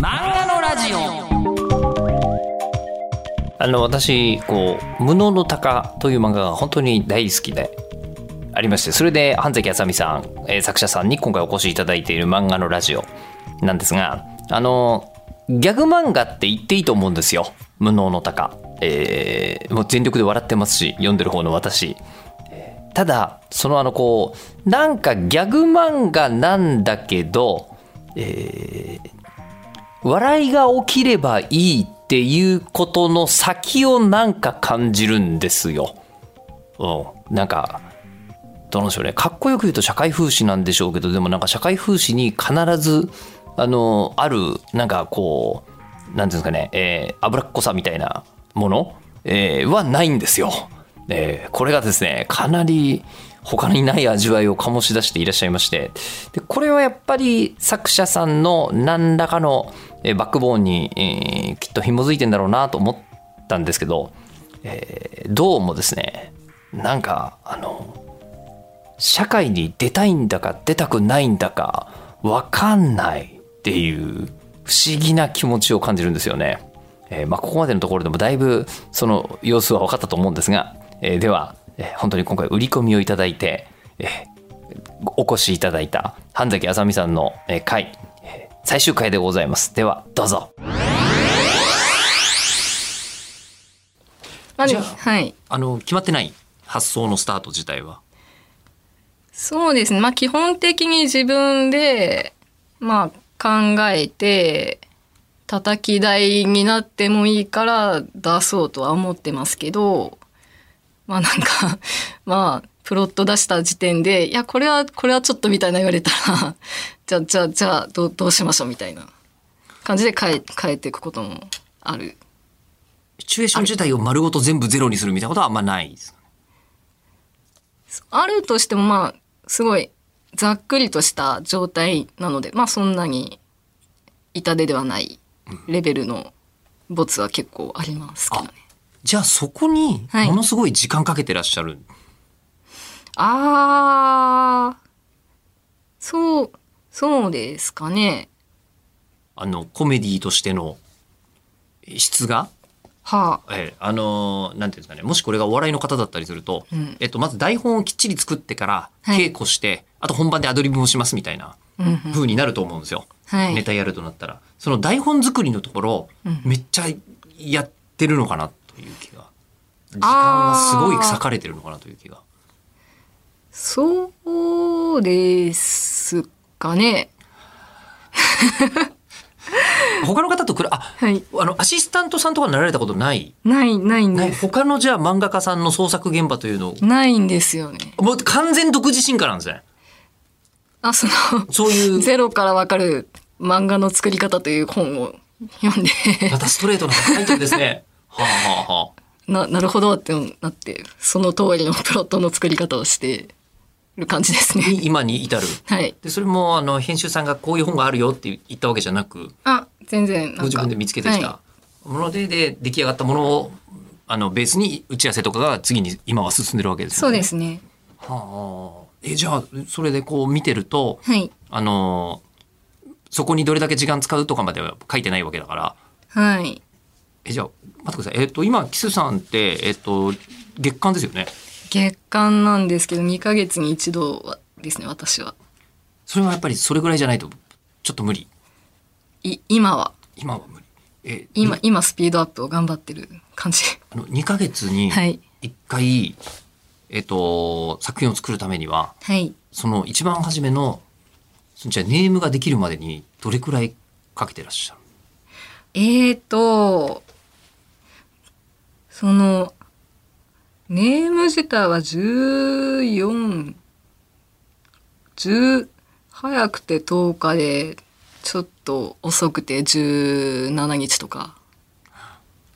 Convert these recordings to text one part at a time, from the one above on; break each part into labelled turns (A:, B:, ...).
A: 漫画のラジオ
B: あの私こう「無能の鷹」という漫画が本当に大好きでありましてそれで半崎あさみさん、えー作者さんに今回お越しいただいている漫画のラジオなんですがあのギャグ漫画って言っていいと思うんですよ「無能の鷹」えーもう全力で笑ってますし読んでる方の私ただそのあのこうなんかギャグ漫画なんだけど笑いが起きればいいっていうことの先をなんか感じるんですよ。うん、なんかどうなんでしょうねかっこよく言うと社会風刺なんでしょうけどでもなんか社会風刺に必ずあのあるなんかこうなんていうんですかね、えー脂っこさみたいなもの、えーはないんですよ、えーこれがですねかなり他にない味わいを醸し出していらっしゃいましてでこれはやっぱり作者さんの何らかの、えーバックボーンに、えーきっと紐づいてんだろうなと思ったんですけど、えーどうもですねなんかあの社会に出たいんだか出たくないんだか分かんないっていう不思議な気持ちを感じるんですよね。えーまあ、ここまでのところでもだいぶその様子は分かったと思うんですが、えーでは、えー本当に今回売り込みをいただいて、えーお越しいただいた半崎あさみさんの、えー回、えー最終回でございます。ではどうぞ。
C: まあ
B: じゃあ
C: はい
B: あの決まってない発想のスタート自体は。
C: そうですねまあ基本的に自分でまあ考えて叩き台になってもいいから出そうとは思ってますけどまあなんか まあプロット出した時点でいやこれはこれはちょっとみたいな言われたら じゃあじゃあじゃあどうどうしましょうみたいな感じで変え変えていくこともある。
B: シチュエーション自体を丸ごと全部ゼロにするみたいなことはあんまないです。
C: あるとしてもまあすごいざっくりとした状態なのでまあそんなに痛手ではないレベルの没は結構ありますけどね。
B: じゃあそこに
C: はい
B: ものすごい時間かけてらっしゃる。
C: あーそうそうですかね。
B: あのコメディとしての質が、
C: はあ。
B: えーあのーなんていうんですかねもしこれがお笑いの方だったりすると、
C: うん
B: えっと、まず台本をきっちり作ってから
C: はい
B: 稽古して、あと本番でアドリブもしますみたいな
C: うんうん、
B: 風になると思うんですよ、
C: はい。
B: ネタやるとなったらその台本作りのところを
C: うん
B: めっちゃやってるのかなという気が時間がすごい割かれてるのかなという気が
C: そうですかね。
B: 他の方とくらあ、
C: はい。
B: あのアシスタントさんとかになられたことない
C: ないないん
B: ない
C: です。
B: 他のじゃあ漫画家さんの創作現場というのを
C: ないんですよね。
B: もう完全独自進化なんですね。
C: あそ の
B: そう いう、
C: ゼロからわかる漫画の作り方という本を読んで
B: またストレートなタイトルです ね。はあはあはあ。
C: な、なるほどってなって、その通りのプロットの作り方をしてる感じですね。
B: に今に至る。
C: はい。
B: で、それも、あの、編集さんがこういう本があるよって言ったわけじゃなく、
C: あ、全然なんか。
B: ご自分で見つけてき
C: は
B: たもので、で、出来上がったものを、あの、ベースに打ち合わせとかが次に今は進んでるわけで
C: い
B: す
C: そう
B: よね。
C: で。すね。
B: はあ。え、じゃあ、それでこう見てると、
C: はい。
B: あの、そこにどれだけ時間使うとかまでは書いてないわけだから、
C: はい。
B: え、じゃあ、待ってください。えっと、今、キスさんって、えっと、月間ですよね。
C: 月間なんですけど、2ヶ月に一度はですね、私は。
B: それはやっぱりそれぐらいじゃないとちょっと無理
C: い、今は、
B: 今は無理え
C: 今
B: に、
C: 今スピードアップを頑張ってる感じ。
B: あの2ヶ月に
C: はい。
B: 1回、えっと作品を作るためには
C: はい。
B: その一番初めのそのじゃあネームができるまでにどれくらいかけてらっしゃる
C: えーと、その、ネーム自体は14、10、早くて10日で、ちょっと遅くて17日とか、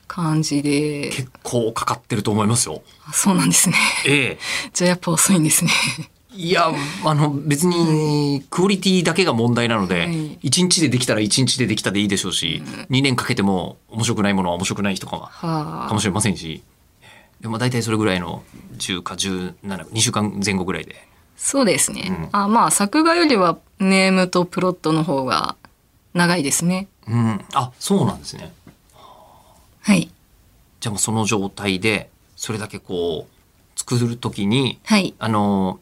C: 感じで、
B: 結構かかってると思いますよ
C: あそうなんですね。
B: ええ
C: じゃあやっぱ遅い んですね。
B: いやあの別にクオリティだけが問題なので、
C: はい
B: 1日でできたら1日でできたでいいでしょうし、2年かけても面白くないものは面白くない人かは
C: は
B: かもしれませんし、でも大体それぐらいの10か17、2週間前後ぐらいで。
C: そうですね。
B: うん
C: あまあ、作画よりはネームとプロットの方が長いですね。
B: うん、あそうなんですね
C: はい。
B: じゃあもうその状態でそれだけこう作る時に
C: はい。
B: あの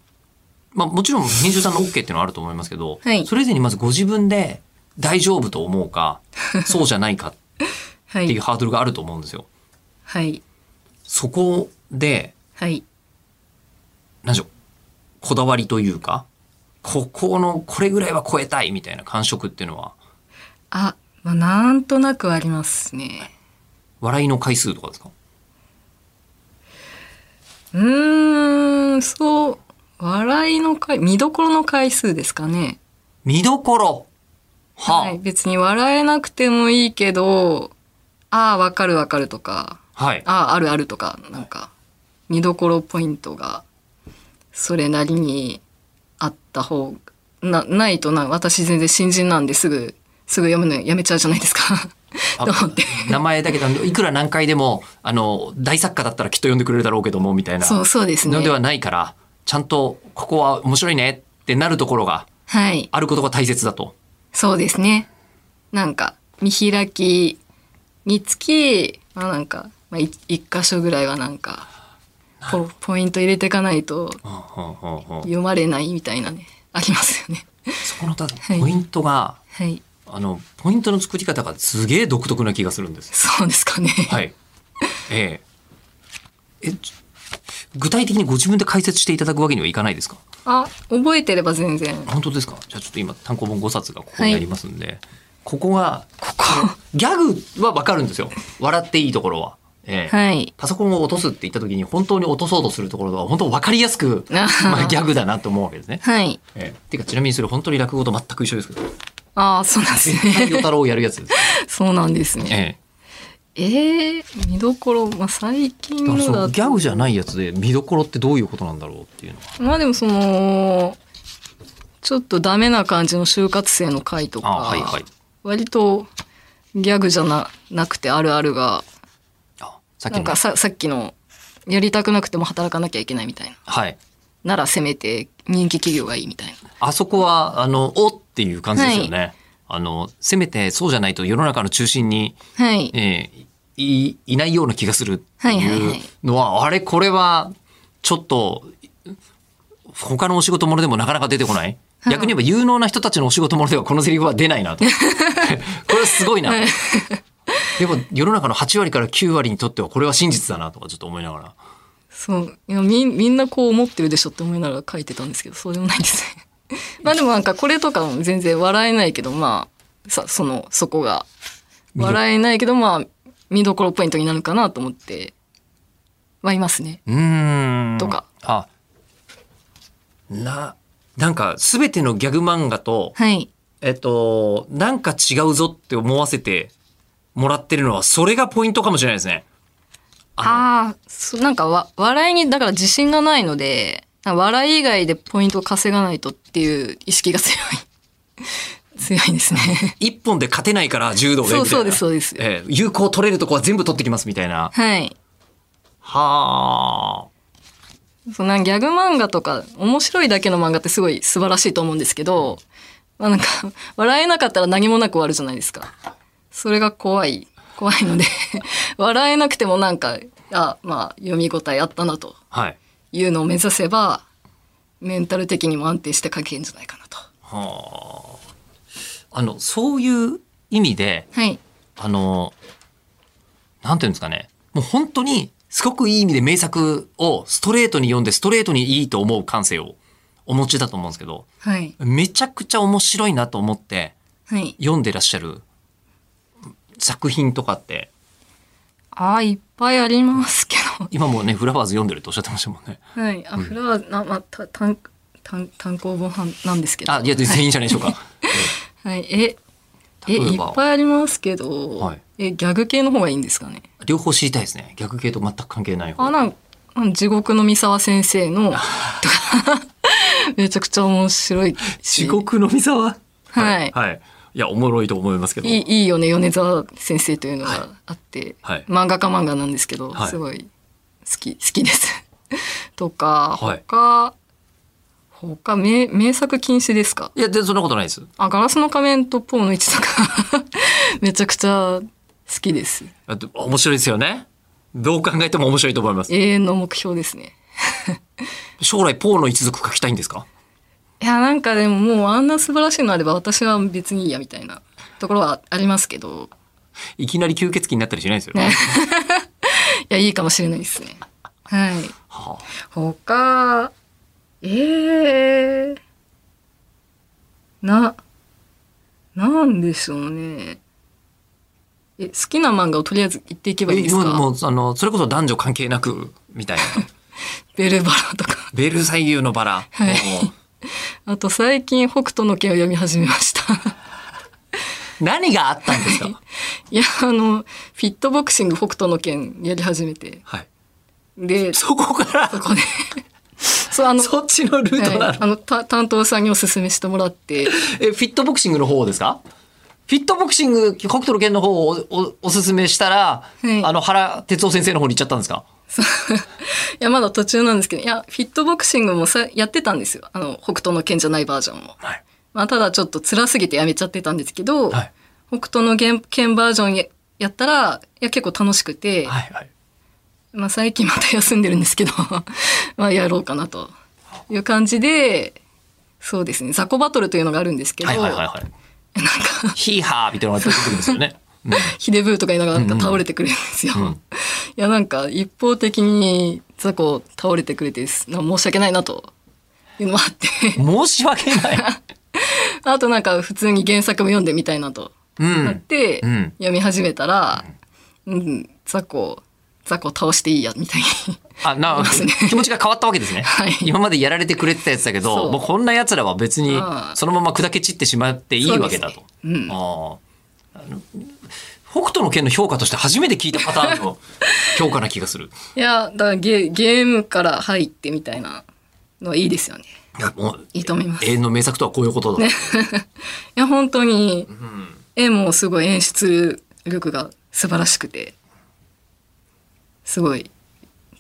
B: まあもちろん編集さんの OK っていうのはあると思いますけど、
C: はい
B: それ以前にまずご自分で大丈夫と思う かそうじゃないかっ
C: は
B: ていう
C: い。
B: ハードルがあると思うんですよ。
C: はい。
B: そこで
C: はい。
B: 何でしょうこだわりというかここのこれぐらいは超えたいみたいな感触っていうのは
C: あ、まあ、なんとなくありますね。
B: 笑いの回数とかですか
C: うーん、そう。笑いの回、見どころの回数ですかね。
B: 見どころはあ
C: はい。別に笑えなくてもいいけど、ああ、わかるわかるとか、
B: はい
C: ああ、あるあるとか、なんか、見どころポイントが、それなりにあった方な、ないとな、私全然新人なんですぐ、すぐ読むのやめちゃうじゃないですか。
B: あ
C: と思って。
B: 名前だけどいくら何回でもあの大作家だったらきっと読んでくれるだろうけどもみたいな
C: そう、そうですね。
B: のではないからちゃんとここは面白いねってなるところが
C: はい。
B: あることが大切だと。
C: そうですね。なんか、見開きにつき、まあなんか、まあ、い一箇所ぐらいはなんか、ポポイント入れていかないと
B: うんうんうんうん
C: 読まれないみたいなね、ありますよね。
B: そこのただ
C: はい
B: ポイントが、
C: はい。
B: あのポイントの作り方がすげえ独特な気がするんです。
C: そうですかね。
B: はい。ええ。えち具体的にご自分で解説していただくわけにはいかないですか
C: あ、覚えてれば全然。
B: 本当ですかじゃあちょっと今単行本5冊がここにありますんで、ここが
C: ここ。
B: ギャグはわかるんですよ。笑っていいところは。ええ
C: はい。
B: パソコンを落とすって言った時に本当に落とそうとするところは本当分かりやすく、
C: あはは
B: まあ、ギャグだなと思うわけですね。
C: はい。
B: ええていうかちなみにそれ本当に落語と全く一緒ですけ ど
C: ああ、そうなんです
B: 絶対
C: ね。
B: 与太郎をやるやつです。
C: そうなんですね。
B: え
C: ええ見どころ、まあ最近
B: え、だ
C: の
B: からそ
C: だ
B: の
C: と
B: ギャグじゃないやつで見どころってどういうことなんだろうっていうのは。
C: まあでもその、ちょっとダメな感じの就活生の回とか、
B: あはいはい。
C: 割とギャグじゃななくてあるあるが、
B: あさっ
C: な
B: き
C: ん
B: の
C: か。ささっきの、やりたくなくても働かなきゃいけないみたいな。
B: はい。
C: ならせめて人気企業がいいみたいな。
B: あそこはあのおっていう感じですよね。あのせめてそうじゃないと世の中の中心に
C: はい。
B: ええいいないような気がするって
C: はいはいはいいう
B: のは、あれこれはちょっと他のお仕事ものでもなかなか出てこない
C: はい
B: 逆に言えば有能な人たちのお仕事ものではこのセリフは出ないな とこれはすごいな
C: はい
B: でも世の中の8割から9割にとってはこれは真実だなとかちょっと思いながら
C: そういやみんみんなこう思ってるでしょって思いながら書いてたんですけどそうでもないんですね まあでもなんかこれとかも全然笑えないけどまあさそのそこが
B: ど
C: 笑えないけどまあ見どころポイントになるかなと思ってはいますね
B: うーん
C: とか
B: あななんか全てのギャグ漫画と
C: はい
B: えっと、なんか違うぞって思わせてもらってるのは、それがポイントかもしれないですね。あ
C: ああそなんかわ笑いにだから自信がないのでなんか笑い以外でポイントを稼がないとっていう意識が強い 強いですね
B: 一本で勝てないから柔道でみたい
C: そ
B: な。
C: うそうですそうです
B: ええ有効取れるとこは全部取ってきますみたいな。
C: はい
B: はあ。
C: そのなんかギャグ漫画とか面白いだけの漫画ってすごい素晴らしいと思うんですけど、まあ、なんか 笑えなかったら何もなく終わるじゃないですかそれが怖い怖いので 笑えなくてもなんかあまあ読み応えあったなと
B: はい。
C: いうのを目指せばメンタル的にも安定して書けるんじゃないかなと
B: はあ。あの、そういう意味で、
C: はい
B: あの、なんていうんですかね。もう本当に、すごくいい意味で名作をストレートに読んで、ストレートにいいと思う感性をお持ちだと思うんですけど、
C: はい
B: めちゃくちゃ面白いなと思って、
C: はい
B: 読んでらっしゃる作品とかって
C: あーいっぱいありますけど
B: 今もねフラワーズ読んでるとおっしゃってましたもんね
C: はいあフラワーなまあた単単単行本はんなんですけど
B: あいや全然いいんじゃないでしょう か
C: はいええ、
B: 例
C: い
B: え
C: っ
B: ば
C: ぱいありますけど、
B: はい
C: え、ギャグ系の方がいいんですかね。
B: 両方知りたいですね逆系と全く関係ない方
C: あ、なんなん地獄の三沢先生 の、とか、めちゃくちゃ面白いし。
B: 地獄の三沢
C: はい
B: はい、いやおもろいと思いますけど
C: いい、いいよね、米沢先生というのがあって、
B: はい
C: 漫画家漫画なんですけど、
B: はい
C: すごい好き、好きです。 とか、
B: はい
C: 他、他、名、名作禁止ですか
B: いや全然そんなことないです
C: あ、ガラスの仮面とポーの位置とか、 めちゃくちゃ好きです。
B: あと面白いですよね。どう考えても面白いと思います。
C: 永遠の目標ですね。
B: 将来ポーの一族書きたいんですか
C: いや、なんかでももうあんな素晴らしいのあれば私は別にいいやみたいなところはありますけど、
B: いきなり吸血鬼になったりしないです よね。
C: いや、いいかもしれないですね。はい。
B: は
C: 他、えー、な、なんでしょうね。え、好きな漫画をとりあえず言っていけ
B: あ、
C: ばいいです
B: 今
C: か
B: もうあのそれこそ男女関係なくみたいな
C: ベルバラとか。
B: ベルサイユのバラ、
C: はい
B: もう
C: あと最近北斗の拳を読み始めました。
B: 何があったんですか、
C: いや、あの、フィットボクシング北斗の拳やり始めて。
B: はい、
C: で、そ
B: そこから
C: こで。 そう、あの、
B: そっちのルートなの、
C: はいあのた担当さんにおすすめしても らって。
B: えフィットボクシングの方ですかフィットボクシング北斗の拳の方をおおおすすめしたら、
C: はい
B: あの原哲夫先生の方に行っちゃったんですか
C: いや、まだ途中なんですけど、いや、フィットボクシングもさやってたんですよ。あの、北斗の拳じゃないバージョンも。
B: はい、
C: まあ、ただちょっと辛すぎてやめちゃってたんですけど、
B: はい
C: 北斗の拳拳バージョンややったら、いや、結構楽しくて、
B: はいはい
C: まあ、最近また休んでるんですけど、 まあ、やろうかなという感じで、そうですね、ザコバトルというのがあるんですけど、
B: はいはいはいはいヒーハーみたいなのが出てくるんですよね、うん
C: ヒデブーとか言いながらなんか倒れてくれるんですよ。
B: うんうん
C: いや、なんか一方的にザコ倒れてくれて、なんか申し訳ないなと。いうのもあって
B: 申し訳ない
C: あとなんか普通に原作も読んでみたいなと
B: う
C: なっ
B: ん
C: て、
B: うん
C: 読み始めたら、うん、ザコ、ザコ倒していいや、みたいに。
B: あな気持ちが変わったわけですね、
C: はい
B: 今までやられてくれてたやつだけ
C: そ
B: ど
C: う
B: もうこんなやつらは別に
C: ああ
B: そのまま砕け散ってしまっていいわけだと、
C: そうですねうん
B: あああの北斗の拳の評価として初めて聞いたパターン の評価な気がする
C: いや、だからゲゲームから入ってみたいなのはいいですよね。
B: いやもう
C: いいと思います。
B: 永
C: い
B: 遠の名作とはこういうことだ、
C: や、本当に、
B: うん
C: 絵もすごい演出力が素晴らしくて、すごい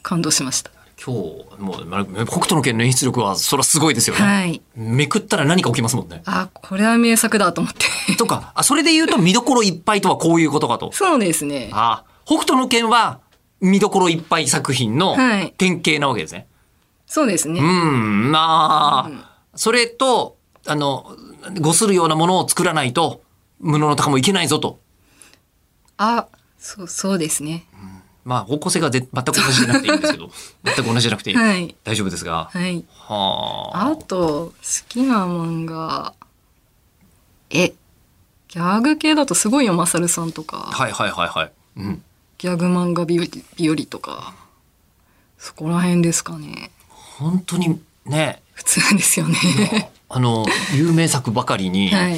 C: 感動しました。
B: 今日もうま北斗の拳の演出力はそらすごいですよね、
C: はい。
B: めくったら何か起きますもんね
C: あ、これは名作だと思って。
B: とかあそれで言うと見どころいっぱいとはこういうことかと
C: そうですね。
B: あ北斗の拳は見どころいっぱい作品の
C: はい
B: 典型なわけですね。
C: そうですね。
B: うん、まあ、それと、あの、ごするようなものを作らないと、無能の高もいけないぞと。
C: あ、そう、そうですね。
B: まあ、方向性がぜ全く同じじゃなくていいんですけ ど、全く同じじゃなくていい
C: はい
B: 大丈夫ですが。
C: はい。
B: は
C: あと、好きな漫画、え、ギャグ系だとすごいよ、マサルさんと
B: あ。
C: か。
B: はいはいはいはい。うん。
C: ギャグ漫画日和日和とか、そこら辺ですかね。
B: 本当にね、
C: 普通ですよね。
B: あの、有名作ばかりに、
C: はい。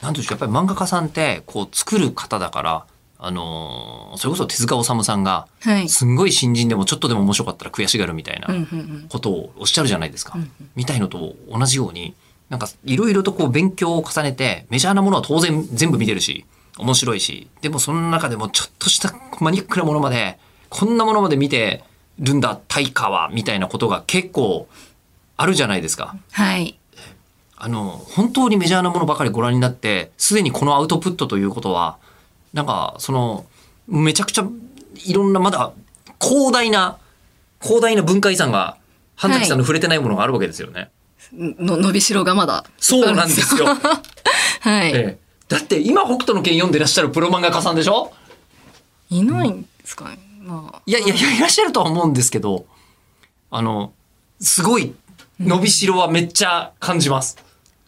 B: なんていうんでしょう、やっぱり漫画家さんって、こう、作る方だから、あのーそれこそ手塚治虫さんが、
C: はい。
B: すんごい新人でもちょっとでも面白かったら悔しがるみたいな
C: うんうんうん。
B: ことをおっしゃるじゃないですか。
C: うん
B: みたいのと同じように、なんかいろいろとこう勉強を重ねて、メジャーなものは当然全部見てるし、面白いし、でもその中でもちょっとしたマニアックなものまで、こんなものまで見てるんだ、対価は、みたいなことが結構あるじゃないですか。
C: はい。
B: あの、本当にメジャーなものばかりご覧になって、すでにこのアウトプットということは、なんか、その、めちゃくちゃいろんな、まだ広大な、広大な文化遺産が、半崎さんの触れてないものがあるわけですよね。
C: の伸びしろがまだ。
B: そうなんですよ。
C: はい。
B: ええだって今北斗の拳読んでらっしゃるプロ漫画家さんでしょ
C: いないんですかね。まあ。
B: いやいやいや、いらっしゃるとは思うんですけど、あの、すごい伸びしろはめっちゃ感じます。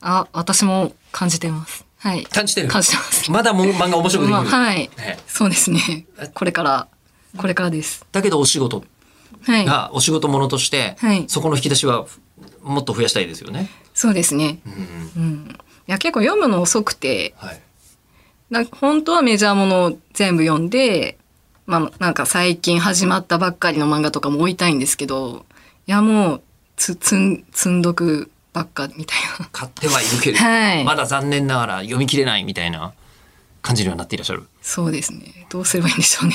C: あ、私も感じてます。はい。
B: 感じてる
C: 感じてます。
B: まだもう漫画面白くできる。
C: まあ、はい。
B: ええ
C: そうですね。これから、これからです。
B: だけどお仕事
C: はい。
B: がお仕事ものとして、
C: はい
B: そこの引き出しはふもっと増やしたいですよね。
C: そうですね。
B: うんうん
C: うん。いや、結構読むの遅くて、
B: はい、
C: なんか本当はメジャーものを全部読んで、まあ、なんか最近始まったばっかりの漫画とかも追いたいんですけど、いやもう、つ、つん、積んどくばっかみたいな。
B: 買ってはいるけれど、
C: はい
B: まだ残念ながら読み切れないみたいな感じにはなっていらっしゃる。
C: そうですね。どうすればいいんでしょうね。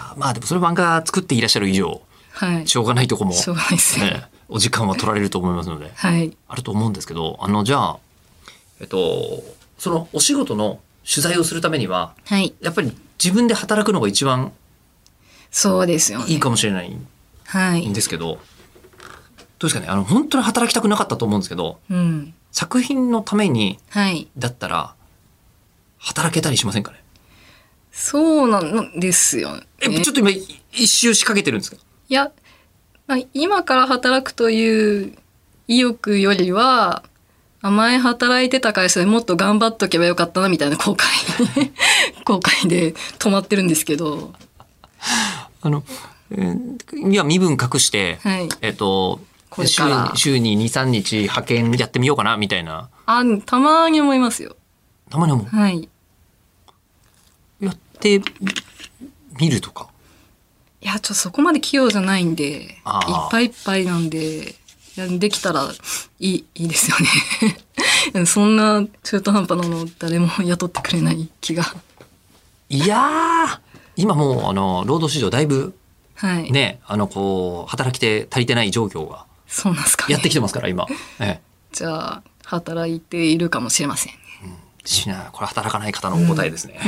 B: あまあでもそれ漫画作っていらっしゃる以上、
C: はい。
B: し
C: しょ
B: ょうがないとこも、
C: うがないですね。
B: ね、お時間は取られると思いますので、
C: はい。
B: あると思うんですけど、あの、じゃあ、えっと、そのお仕事の取材をするためには
C: はい。
B: やっぱり自分で働くのが一番
C: そうですよね。
B: いいかもしれないん
C: はい。
B: ですけどどうですかねあの本当に働きたくなかったと思うんですけど
C: うん。
B: 作品のために
C: はい。
B: だったら働けたりしませんかね
C: そうなんですよ、ね。
B: えちょっと今い一周仕掛けてるんですか
C: いや、まあ、今から働くという意欲よりは、あ前働いてた会社でもっと頑張っとけばよかったなみたいな後悔、 後悔で止まってるんですけど。
B: あの、えーいや身分隠して、
C: はい。
B: えっと
C: これ
B: 週
C: から
B: 週に23日派遣やってみようかなみたいな
C: あ、たまに思いますよ。
B: たまにも
C: はい。
B: やってみるとか
C: いや、ちょっとそこまで器用じゃないんで、いっ
B: あー
C: ぱいいっぱいなんで、いやできたらいい、いいですよね。 そんな中途半端なの誰も雇ってくれない気が。
B: いやー今もうあの労働市場だいぶ
C: はい。
B: ねあのこう働き手足りてない状況が
C: そうなんですかね。
B: やってきてますから今、 ええ、
C: じゃあ、働いているかもしれませんね。
B: しなこれ働かない方のお答えです ね、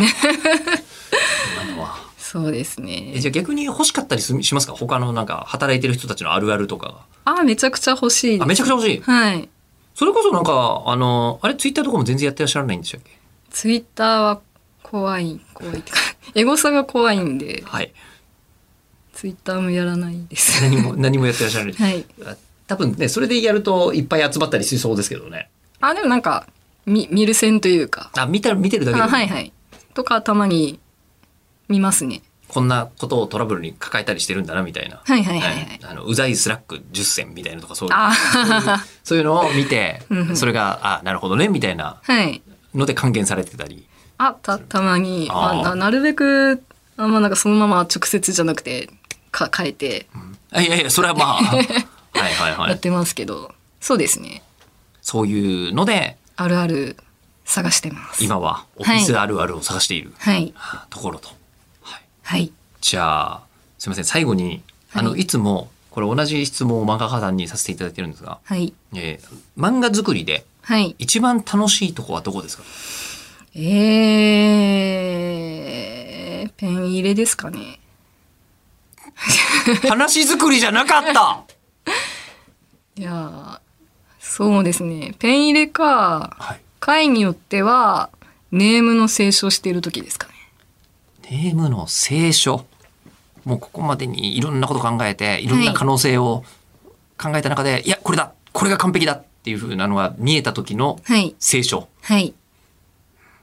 B: 今のは
C: そうです
B: え
C: ね。
B: じゃあ逆に欲しかったりすしますか他のなんか働いてる人たちのあるあるとか
C: あ、めちゃくちゃ欲しい
B: があ
C: で
B: め
C: す。
B: ちゃくちゃ欲しい
C: はい。
B: それこそなんかあのあれツイッターとかも全然やってらっしゃらないんでしたっけ
C: ツイッターは怖い、怖いってか、 エゴサが怖いんで、
B: はい
C: ツイッターもやらないです。
B: 何も何もやってらっしゃらない、
C: はい。
B: あ多分ねそれでやるといっぱい集まったりしそうですけどね
C: あ、でもなんか、み見る線というか、
B: あ見た見てるだけで、
C: あはいはい。とか、たまに見ますね。
B: こんなことをトラブルに抱えたりしてるんだなみたいな、
C: はいはいはいはい
B: あのうざいスラック10選みたいなとかそういう
C: あ
B: そういうのを見て
C: うんうん
B: それがあなるほどねみたいな
C: はい。
B: ので還元されてたり
C: あ、た、たまに、
B: あー
C: あななるべく、あんまなんかそのまま直接じゃなくて、か、変えて
B: あいやいやそ れはまあはいはいは
C: やっ
B: い
C: てますけど、そうですね。
B: そういうので
C: あるある探してます。
B: 今はオフィスあるあるを探している
C: はい。
B: ところと、はい、
C: はい。
B: じゃあすみません最後にあの、
C: はい
B: い、つもこれ同じ質問を漫画家さんにさせていただいてるんですが、
C: はい。
B: えー漫画作りで
C: はい。
B: 一番楽しいとこはどこです か
C: えー、ペン入れですかね。
B: 話作りじゃなかった
C: いやーそうですね。ペン入れか、
B: はい。
C: 回によっては、ネームの清書している時ですかね。
B: ネームの聖書。もうここまでにいろんなこと考えて、いろんな可能性を考えた中で、い、や、これだこれが完璧だっていうふうなのが見えた時の
C: はい。
B: 聖書。
C: はい。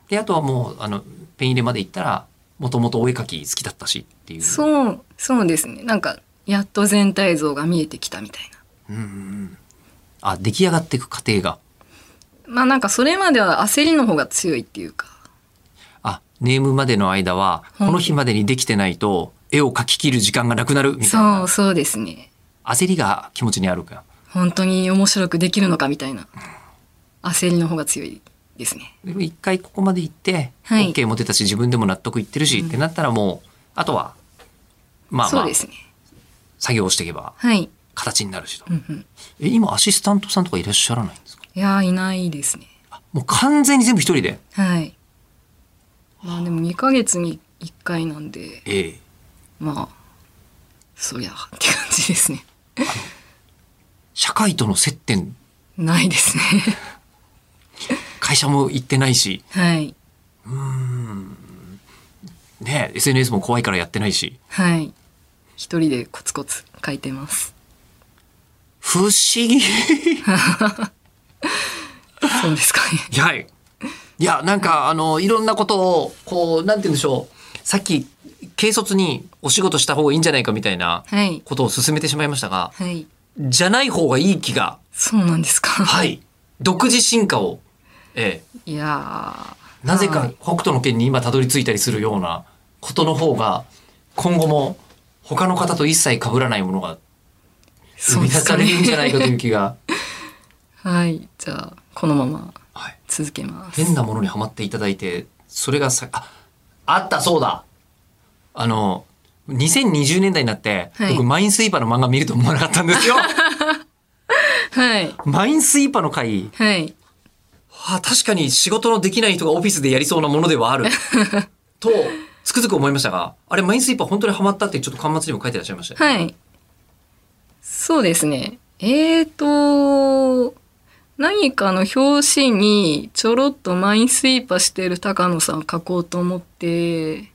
B: で、あとはもう、あの、ペン入れまで行ったら、もともとお絵描き好きだったしっていう。う。
C: そう、そうですね。なんか、やっと全体像が見えてきたみたいな。
B: うんうん。あ、出来上がっていく過程が。
C: まあなんかそれまでは焦りの方が強いっていうか。
B: あ、ネームまでの間は、この日までにできてないと、絵を描き切る時間がなくなるみたいな。
C: そう、そうですね。
B: 焦りが気持ちにあるから。
C: 本当に面白くできるのかみたいな焦りの方が強いですね。
B: でも一回ここまで行って、
C: はい
B: OK も出たし自分でも納得いってるし、ってなったらもうあとはまあま
C: そう
B: あ
C: ですね。
B: 作業していけば
C: はい。
B: 形になるしと、
C: うんうん、
B: え今アシスタントさんとかいらっしゃらないんですか
C: いやーいないですね。
B: あもう完全に全部一人で
C: はい。まあでも2ヶ月に1回なんで、
B: ええ
C: まあ、そりゃあって感じですね。
B: 社会との接点
C: ないですね。
B: 会社も行ってないし
C: はい。
B: ね SNS も怖いからやってないし
C: はい。一人でコツコツ書いてます。
B: 不思議
C: そうですかね。
B: はいいやなんかあのいろんなことをこうなんて言うんでしょうさっき軽率にお仕事した方がいいんじゃないかみたいな
C: はい。
B: ことを勧めてしまいましたが、
C: はい。
B: じゃない方がいい気が、
C: そうなんですか。
B: はい、独自進化を、ええ、
C: いやー
B: なぜか
C: はい
B: 北斗の拳に今たどり着いたりするようなことの方が、今後も他の方と一切被らないものが生
C: そう
B: み
C: で
B: 出
C: す
B: さ
C: か
B: れ
C: ね
B: るんじゃないかという気が、
C: はい。じゃあ、このまま
B: はい、
C: 続けます。
B: 変なものにはまっていただいて、それがさ、あ、あったそうだあの、2020年代になって、
C: はい
B: 僕マインスイーパーの漫画見ると思わなか ったんですよ
C: はい。
B: マインスイーパーの回、
C: はい。
B: あ確かに仕事のできない人がオフィスでやりそうなものではあ るとつくづく思いましたがあれマインスイーパー本当にハマったってちょっと端末にも書いてらっしゃいましたよね
C: はい。そうですね。えーと、何かの表紙にちょろっとマインスイーパーしてる高野さんを描こうと思って、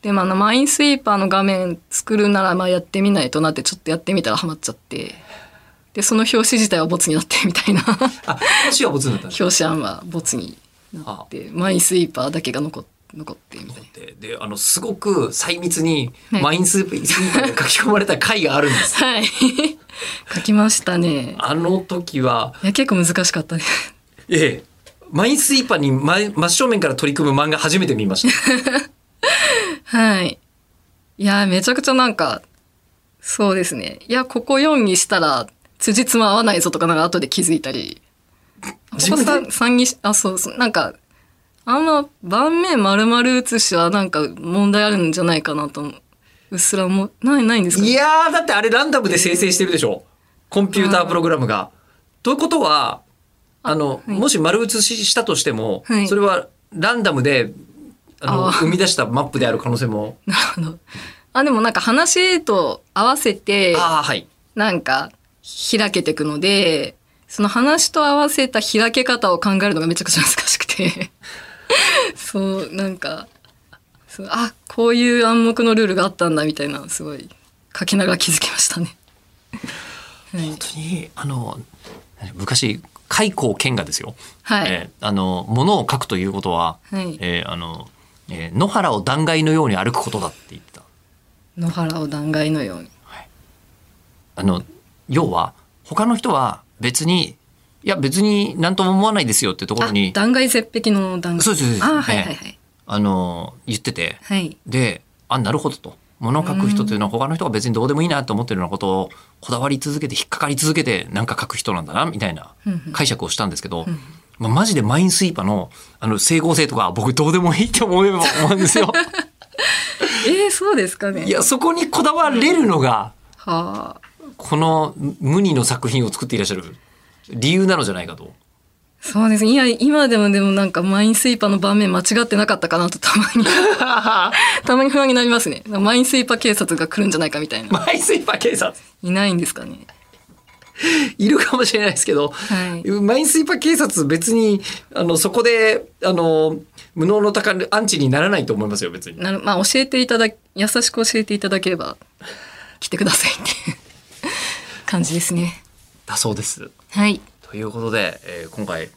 C: で、まあ、あのマインスイーパーの画面作るなら、まあ、やってみないとなって、ちょっとやってみたらハマっちゃって、で、その表紙自体はボツになってみたいな。
B: あ話はボツになったんです
C: 表紙案はボツになって、マインスイーパーだけが残っ残ってみたいな。
B: でであのすごく細密に
C: はい
B: マインスイーパーに書き込まれた回があるんです
C: はい。 描きましたね。
B: あの時はい
C: や、結構難しかったね。
B: ええマインスイーパーに真真正面から取り組む漫画初めて見ました
C: はい。いやー、めちゃくちゃなんか、そうですね。いや、ここ4にしたら、辻褄合わないぞとかなんか後で気づいたり。ここ
B: 自分で
C: 3, 3にし、あ、そうそう。なんか、あんま盤面丸々写しはなんか問題あるんじゃないかなと思う。うっすらも、ない、ないんですか
B: いやーだってあれランダムで生成してるでしょコンピュータープログラムが。ということはあの、もし丸写ししたとしても、
C: はい
B: それはランダムであの
C: あー
B: 生み出したマップである可能性も
C: なるほど。あ、でもなんか話と合わせて、
B: ああはい
C: なんか開けていくので、その話と合わせた開け方を考えるのがめちゃくちゃ難しくて。 そう、なんか、そうあ、こういう暗黙のルールがあったんだみたいな、すごい、かけながら気づきまし たね。はい
B: 本。当にあの昔蚕健がですよ、
C: はい
B: えーあの物を書くということは、
C: はい
B: えーあのえー野原を断崖のように歩くことだって言ってた。
C: 野原を断崖のように。
B: あの、要は、他の人は別に、いや別に何とも思わないですよってところ
C: あ
B: に、、
C: 断崖絶壁の断崖。
B: そうですそうです
C: あ、はいはい
B: え
C: はい。
B: あの、言ってて、
C: はい。
B: で、あ、なるほどと。物を書く人というのは他の人が別にどうでもいいなと思ってるようなことをこだわり続けて引っかかり続けてなんか書く人なんだなみたいな
C: うんうん
B: 解釈をしたんですけど、まあ、マジでマインスイーパーのあの整合性とか僕どうでもいいって思えば思うんです よ。
C: えー、そうですかね。
B: いやそこにこだわれるのが
C: はあ。
B: この無二の作品を作っていらっしゃる理由なのじゃないかと。
C: そうですね。いや、今でもでもなんかマインスイーパーの場面間違ってなかったかなとたまに、 たまに不安になりますね。マインスイーパー警察が来るんじゃないかみたいな。
B: マイスイーパー警察
C: いないんですかね。
B: いるかもしれないですけど、
C: はい
B: マインスイーパー警察別にあのそこであの無能の高アンチにならないと思いますよ別に。
C: なるまあ、教えていただ、優しく教えていただければ、来てくださいって感じですね。
B: だそうです。
C: はい。
B: ということで、えー今回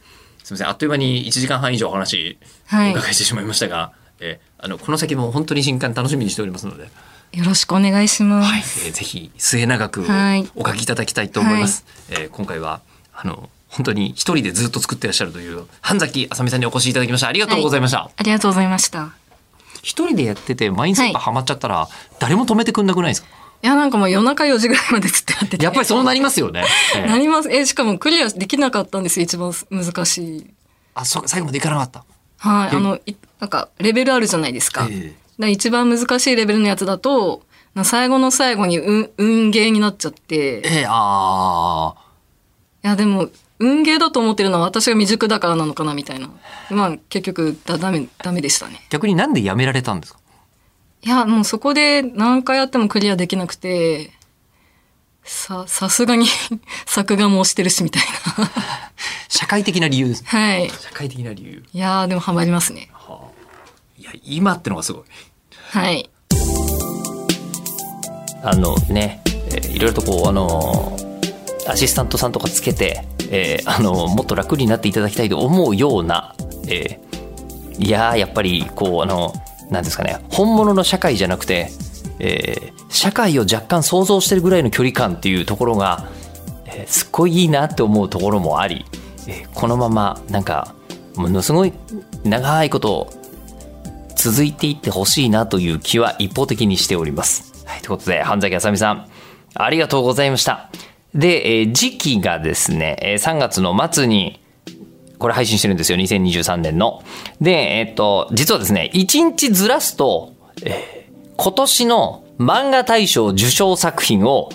B: すみませんあっという間に1時間半以上お話
C: は
B: お
C: い。
B: 伺いしてしまいましたが、えーあのこの先も本当に新刊楽しみにしておりますので、
C: よろしくお願いします。
B: はいえーぜひ末永く
C: はい
B: お書きいただきたいと思います。えー今回はあの本当に一人でずっと作ってらっしゃるという半崎あさみさんにお越しいただきましたありがとうございました。
C: ありがとうございました。
B: 一人でやっててマインスイーパーハマっちゃったら誰も止めてくんなくないですか、
C: いや、なんかもう夜中4時ぐらいまでずっとやってて。
B: やっぱりそうなりますよ ね。ええ
C: なります。え、しかもクリアできなかったんですよ。一番難しい。
B: あそう最後までいかなかった。
C: はい、
B: え
C: あの、いなんか、レベルあるじゃないですか。
B: ええ
C: で一番難しいレベルのやつだと、な最後の最後に運、運ゲーになっちゃって、い
B: ええああ
C: や、でも、運ゲーだと思ってるのは私が未熟だからなのかな、みたいな。まあ、結局、だ、ダメ、ダメでしたね。
B: 逆になんでやめられたんですか
C: いや、もうそこで何回やってもクリアできなくて、さ、さすがに 作画も押してるし、みたいな。
B: 社会的な理由です。
C: はい。
B: 社会的な理由。
C: いやー、でもハマりますね。
B: はあ、いや今ってのがすごい。
C: はい。
B: あのね、えーいろいろとこうあのーアシスタントさんとかつけて、えーあのーもっと楽になっていただきたいと思うような、えーいやーやっぱりこうあのなんですかね本物の社会じゃなくて、えー社会を若干想像してるぐらいの距離感っていうところが、えーすっごいいいなって思うところもあり、えーこのままなんかものすごい長いこと続いていってほしいなという気は一方的にしております。はい、ということで、半崎あさみさん、ありがとうございました。で、えー時期がですね、えー3月の末に、これ配信してるんですよ、2023年の。で、えっ、と、実はですね、1日ずらすと、えー今年の漫画大賞受賞作品を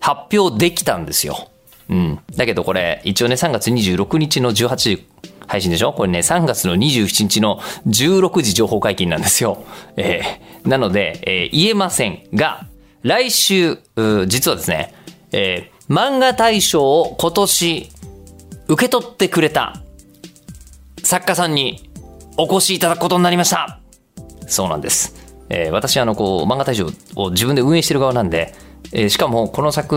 B: 発表できたんですよ。うん。だけどこれ、一応ね、3月26日の18時配信でしょこれね、3月の27日の16時情報解禁なんですよ。えーなので、えー言えませんが、来週、うー実はですね、えー漫画大賞を今年受け取ってくれた作家さんにお越しいただくことになりましたそうなんです、えー私あのこう漫画大賞を自分で運営してる側なんで、えーしかもこの作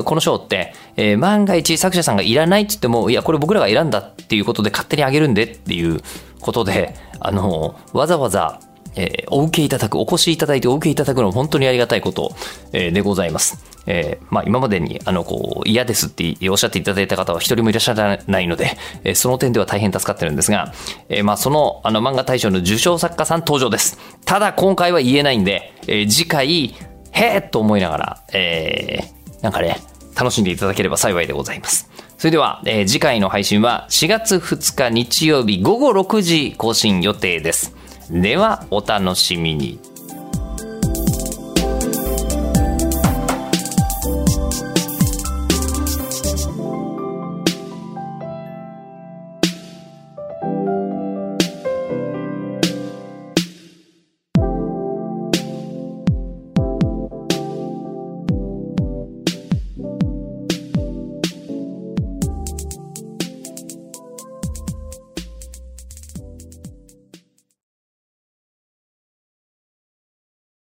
B: うんこの賞って、えー万が一作者さんがいらないって言ってもいやこれ僕らが選んだっていうことで勝手にあげるんでっていうことであのわざわざえーお受けいただく、お越しいただいてお受けいただくのは本当にありがたいこと、えーでございます。えーまあ今までに、あの、こう、嫌ですっておっしゃっていただいた方は一人もいらっしゃらないので、えーその点では大変助かってるんですが、えーまあその、あの、漫画大賞の受賞作家さん登場です。ただ今回は言えないんで、えー次回、へーっと思いながら、えーなんかね、楽しんでいただければ幸いでございます。それでは、えー次回の配信は4月2日日曜日午後6時更新予定です。では、お楽しみに。